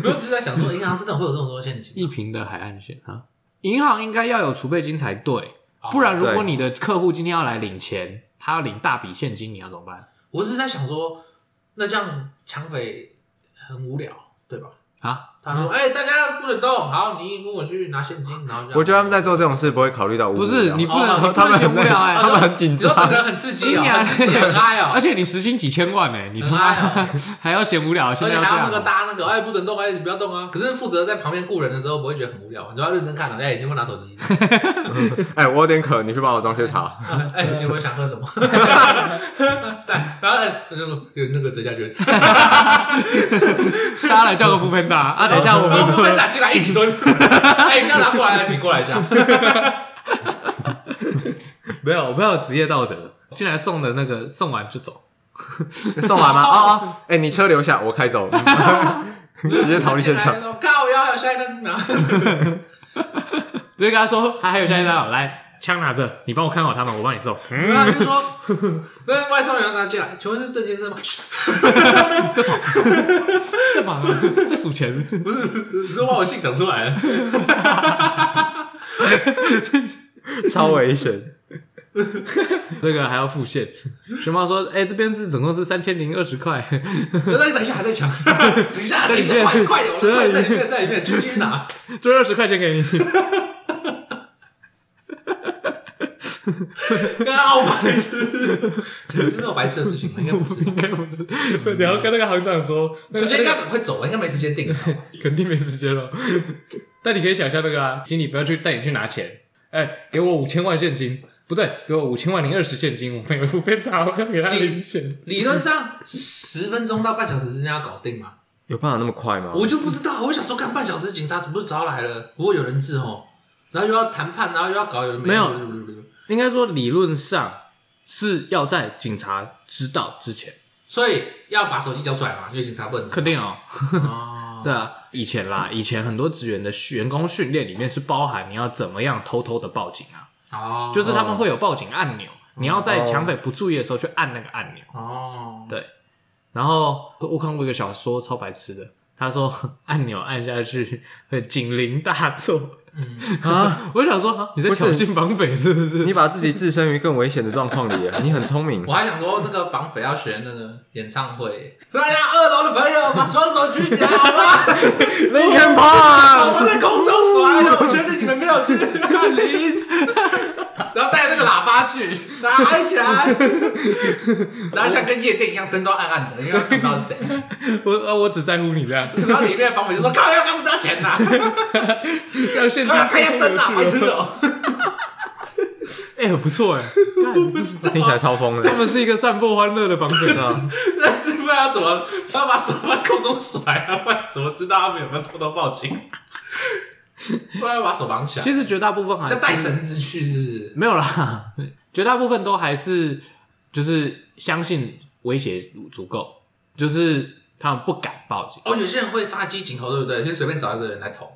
没有，只是在想说银行真的会有这么多陷阱一吗，瓶的海岸线啊。银行应该要有储备金才对，哦不然如果对你的客户今天要来领钱，他要领大笔现金，你要怎么办我只是在想说，那这样抢匪很无聊，对吧？哦啊？他说：“哎、大家不准动，好，你跟我去拿现金，然后这样我觉得他们在做这种事不会考虑到无聊不是你不能哦你不他能们嫌无很聊哎，他们很紧你知道张，这个人很刺激哦，今 年很刺激很嗨哦，而且你时薪几千万呢、你他嗯妈哎很嗨 还要嫌无聊，现而在且要这还要那个样。搭那个，哎，不准动，哎，你不要动啊。可是负责在旁边雇人的时候，不会觉得很无聊，你就要认真看了，哎，你有没有拿手 机？哎，我有点渴，你去帮我装些茶。 哎，你有没有想喝 什么？但然后哎，那个有那个折价券， 大家来叫个副喷大啊！等一下我然后后面们打进来一 起蹲，哎，你要拿过来，你过来一下。没有没有职业道德，进来送的那个送完就走，送完吗？哦哦，哎，你车留下，我 开走， 直接逃离现场。哎看我要还有下一单拿。就跟他说他还有下一单哦，来枪拿着，你帮我看好他们，我帮你送，然啊后就说， 那外送员拿进来，请问是郑先生吗？这忙啊， 这数钱，不是，不是，是把我姓讲出来了。超危险。那个还要付现。熊猫说：“哎、这边是总共是三千零二十块， 那你等一下还 在抢，等一下，等一下，快快点，我快在里面，在里面，继续拿。这二十块钱给你。 跟傲白痴，是那种白痴的事情吗？应该 不是”吧。应该不是，你要跟那个行长说，那我个觉得应该赶快走了，应该没时间定了。肯定没时间了。但你可以想象那个啊，经理不要去带你去拿钱，哎、给我五千万现金，不对，给我五千万零二十现金，我朋友不被打，我要给他零钱。理论上十分钟到半小时之间要搞定嘛，有办法那么快吗？我就不知道。我想说，干半小时警察怎么不是早来了？不过有人质哦，然后又要谈判，然后又要搞有人没有的应该说理论上是要在警察知道之前，所以要把手机交出来嘛，因为警察不能知道。肯定哦。哦，对啊，以前啦，以前很多职员的员工训练里面是包含你要怎么样偷偷的报警啊，哦，就是他们会有报警按钮，你要在抢匪不注意的时候去按那个按钮。哦，对，然后我看过一个小说，超白痴的。他说 按钮按下去会警铃大作， 啊，我想说哈你在不挑是衅绑匪是不是？ 你把自己置身于更危险的状况里了，你很 聪明我。还想说，那个绑匪要学那个演唱会，大家二楼的朋友把双手举起来好 吗？那天怕，我在空中甩了，我觉得你们没有去看林，然后带那个喇 叭去拿起来，然后像跟夜店一样灯都暗暗的，因为看不到是谁。我呃我只在乎你这样，然后里面的绑匪就说：“靠，要干不到钱 呐，要现靠，要场开下 灯呐，白痴哦。哎、很不错哎、干听起来超疯 他的。们是一个散播欢乐的绑匪啊！”那师傅要怎么？他把手在空中甩，他不然怎么知道他们有没有偷偷报警？啊 不然要把手绑起 来其，实绝大部分还要带是绳子去，是不是？没有 啦，绝大部分都还是就是相信威胁足够，就是他们不敢报警。哦，有些人会杀鸡儆猴，对不对？先随便找一个人来捅，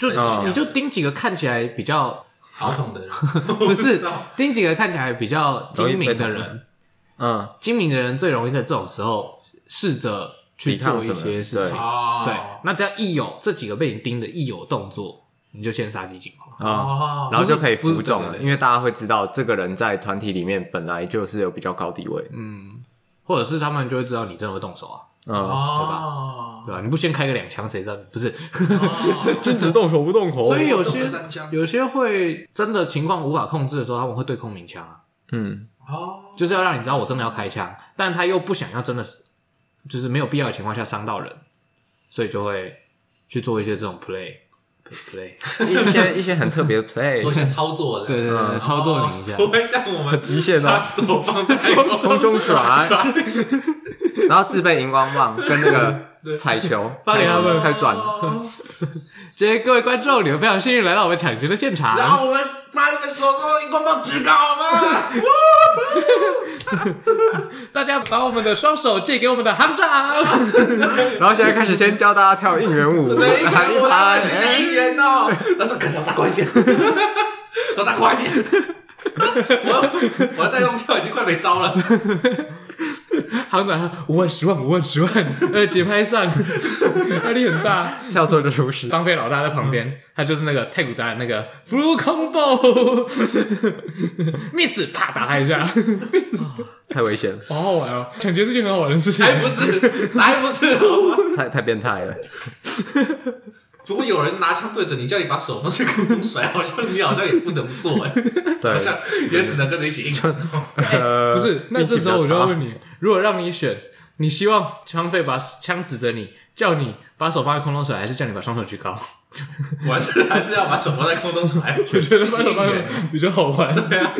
就嗯你就盯几个看起来比 较好捅的人。不不是知道盯几个看起来比较精明的容易被捅人，嗯，精明的人最容易在这种时候试着去做一些事抵抗什情么。哦，对，那只要一有这几个被你盯的，一有动作，你就先杀鸡儆猴。啊，哦，然后就可以服不众是不了，是因为大家会知道这个人在团体里面本来就是有比较高地位。嗯或者是他们就会知道你真的会动手啊，嗯，哦，对吧？你不先开个两枪，谁知道你？不 是，君子动手不动口所以有中些了三枪有些会真的情况无法控制的时候，他们会对空鸣枪啊，嗯，哦，就是要让你知道我真的要开枪，但他又不想要真的是，就是没有必要的情况下伤到人，所以就会去做一些这种 play play， 一些一些很特别的做一 play，些操作的，对对对，对操作你一下哦，不会像我们极限哦 把手放在空中 空中甩，然后自备荧光棒跟那个彩球，放给他们哦开始转，今天各位观众，你们非常幸运来到我们抢球的现场。然后我们把你们手中的荧光棒举高嘛，大家把我们的双手借给我们的行长。然后现在开始先教大家跳应援舞，对，一喊个一哎我拍要去，的应援哦。他说：“赶紧打快一点，我打快一点。”我我的带动跳已经快没招了， 行长，五万、十万、五万、十万，呃，节拍 上压力很大。跳错就出事。绑匪老大在旁边，他就是那个太古达人那个 flu combo，miss 啪打他一下，太危险了， 好好玩哦！抢劫是件很好玩的事情。还不是，还不是，好吗？太太变态了。如果有人拿枪对着你，叫你把手放去空中甩，好像你好像也不能做哎，好对，像也只能跟着一起应援。呃，哎不是，那这时候我就要问你，你，如果让你选，你希望枪匪把枪指着你，叫你把手放在空中甩，还是叫你把双手举高？我还是还是要把手放在空中甩，我我觉 得把手放在比较好玩。对啊，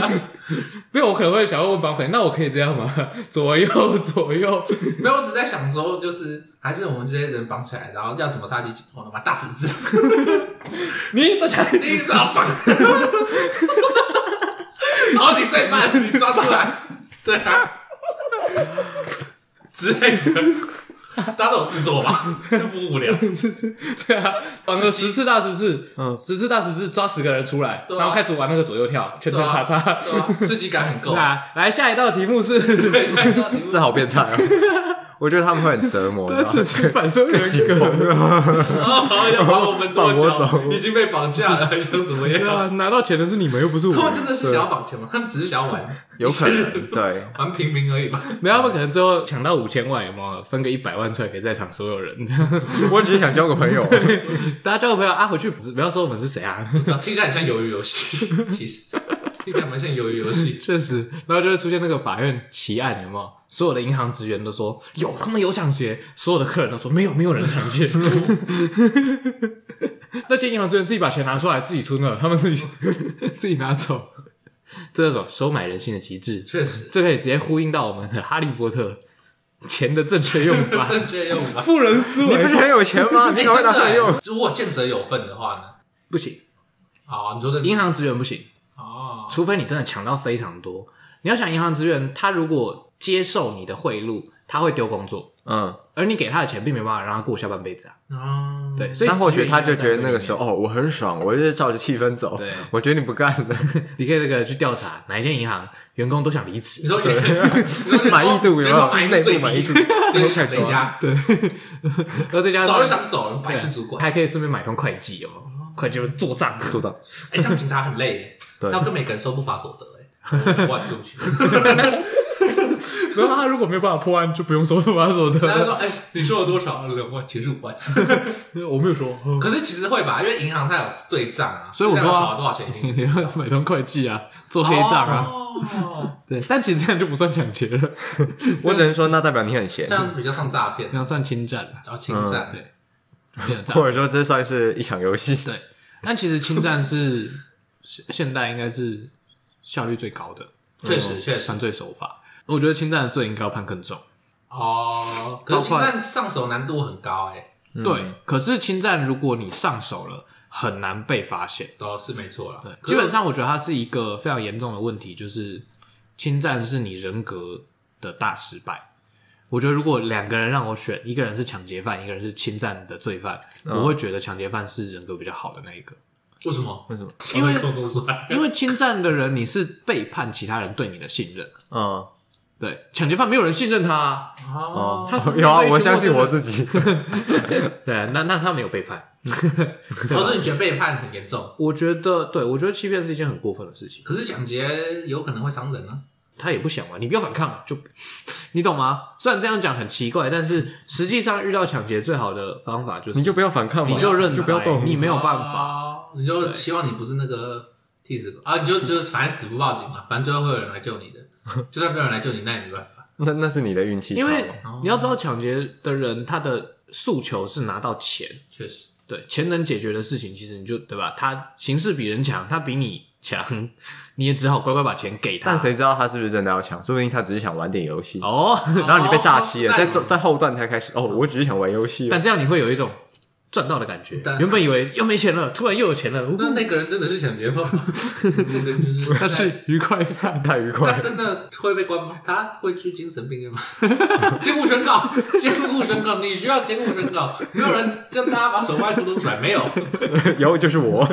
没有，我可能会想要问绑匪，那我可以这样吗？ 左右 左右，没有，我只在想说，就是还是我们这些人绑起来，然后要怎么杀鸡儆猴呢？把大绳子，你再抢，你把它绑， 然后你再慢，你抓出来，对啊，之类的，大家都有事做嘛，就不无聊。对啊， 绑个十次大十次，嗯十次大十次抓十个人出来，对啊然后开始玩那个左右跳，圈圈叉叉。对啊，刺激感很够。 来来，下一道题目是 对，啊下一道题目这好变态哦！我觉得他们会很折磨，你知道只吗吃反手有一个。哦，要把我们绑多我久？走已经被绑架了，还想怎么对样？啊，拿到钱的是你们，又不是我他。们真的是想要绑钱吗？他们只是想要玩，有可能对。玩平民而已吧。没有，他们可能最后抢到五千万，有没有分个一百万出来给在场所有人？我只是想交个朋友， 大家交个朋友啊，回去不要说我们是谁啊，听起来很像鱿鱼游戏，其实听起来蛮像鱿鱼游戏。确实，然后就会出现那个法院奇案，有没有？所有的银行职员都说有，他们有抢劫，所有的客人都说没有，没有人抢劫。 那些银行职员自己把钱拿出来，自己出纳，他们自己 自己拿走，这种收买人心的极致，确实，这可以直接呼应到我们的《哈利波特》钱的正确用啊法，正确用 法。富人思你不维是很有钱吗？你哎赶快拿真出的来欸用。如果见者有份的话呢？不行，好，你说的银行职员不行。哦，除非你真的抢到非常多。你要想银行职员，他如果接受你的贿赂，他会丢工作，嗯，而你给他的钱并没办法让他过下半辈子啊。哦，对，所以那或许职员他应该就觉得在那个时候，哦，我很爽，我就是照着气氛走。对我觉得你不干了，你可以那个去调查哪一间银行员工都想离职你，说员你说满意度有没员工有？满意内度部最满意低度，对，等一下，然后再加上早就想走了，白痴主管。还可以顺便买通会计，有没哦有？会计会做 账，组长，哎，这样警察很累耶，他对要跟每个人收不法所得，哎，万对不起。然后他如果没有办法破案，就不用收啊复把所然后得。说，哎，你收了多少？两万，其实五万。我没有 说，可是其实会吧，因为银行它有对账啊，所以我说啊少了多少钱一定你要买通会计啊，做黑账啊。哦对，但其实这样就不算抢劫了，我只能说那代表你很闲啊这，样比较像诈骗这，样算侵占了，然后侵占。对变成诈或者说这算是一场游戏。对，但其实侵占是现现代应该是效率最高的确实确实犯罪手法。我觉得侵占的罪应该要判更重。哦，可是包侵括占上手难度很高哎、欸，对，可是侵占如果你上手了，很难被发现。哦是没错啦。基本上上，我觉得它是一个非常严重的问题，就是侵占是你人格的大失败。我觉得如果两个人让我选，一个人是抢劫犯，一个人是侵占的罪犯，我会觉得抢劫犯是人格比较好的那一个。为什么？为什么？因为空中摔，因为侵占的人，你是背叛其他人对你的信任。嗯，对，抢劫犯没有人信任他、啊，哦，他是有啊，面对一些我相信陌我生人自己。对，那那他没有背叛。可是你觉得背叛很严重，我觉得，对我觉得欺骗是一件很过分的事情。可是抢劫有可能会伤人啊。他也不想嘛，你不要反抗啊，就 你懂吗？虽然这样讲很奇怪，但是实际上遇到抢劫最好的方法就是你就不要反抗嘛，你就认栽就不要动，你没有办法。哦，你就希望你不是那个替死鬼啊，你就就是反正死不报警嘛，反正最后会有人来救你 的，就算没有人来救你，那也没办法。那那是你的运气差因嘛。为你要知道，抢劫的人他的诉求是拿到钱，确实，对钱能解决的事情，其实你就对吧？他形势比人强，他比你 抢，你也只好乖乖把钱给他。但谁知道他是不是真的要抢？说不定他只是想玩点游戏，哦， 然后你被诈欺了，哦在那中在后段才开始哦，我只是想玩游戏哦。但这样你会有一种赚到的感觉但。原本以为又没钱了，突然又有钱了，呜 那那个人真的是抢劫吗？那个人 就是，但是愉快犯。太愉他快了，真的会被关吗？他会去精神病 院吗？监护宣告，监护宣告，你需要监护宣告。没有人叫大家把手外空中甩，没有。以后就是我。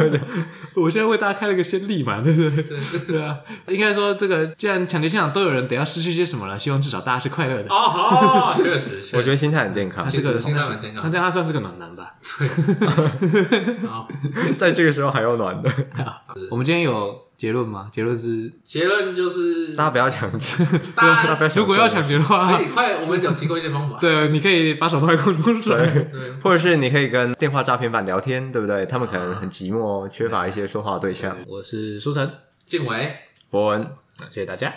我现在为大家开了个先例嘛，对不对？对啊，应该说这个，既然抢劫现场都有人，等一下失去些什么了，希望至少大家是快乐的。哦，好，确实，我确觉实。得心态很健康他，是个其实心态蛮健康那的这样他算是个暖男吧？好，在这个时候还要 暖的，我们今天有结论吗？结论是，结论就是，大家不要抢劫，大大家家不要抢。如果要抢，劫的话可，以啊快，我们有提供一些方法。对，你可以把手放在空中甩。对，或者是你可以跟电话诈骗犯聊天，对不对？他们可能很寂哦寞，缺乏一些说话对象。我是苏晨，静伟。伯恩。谢谢大家。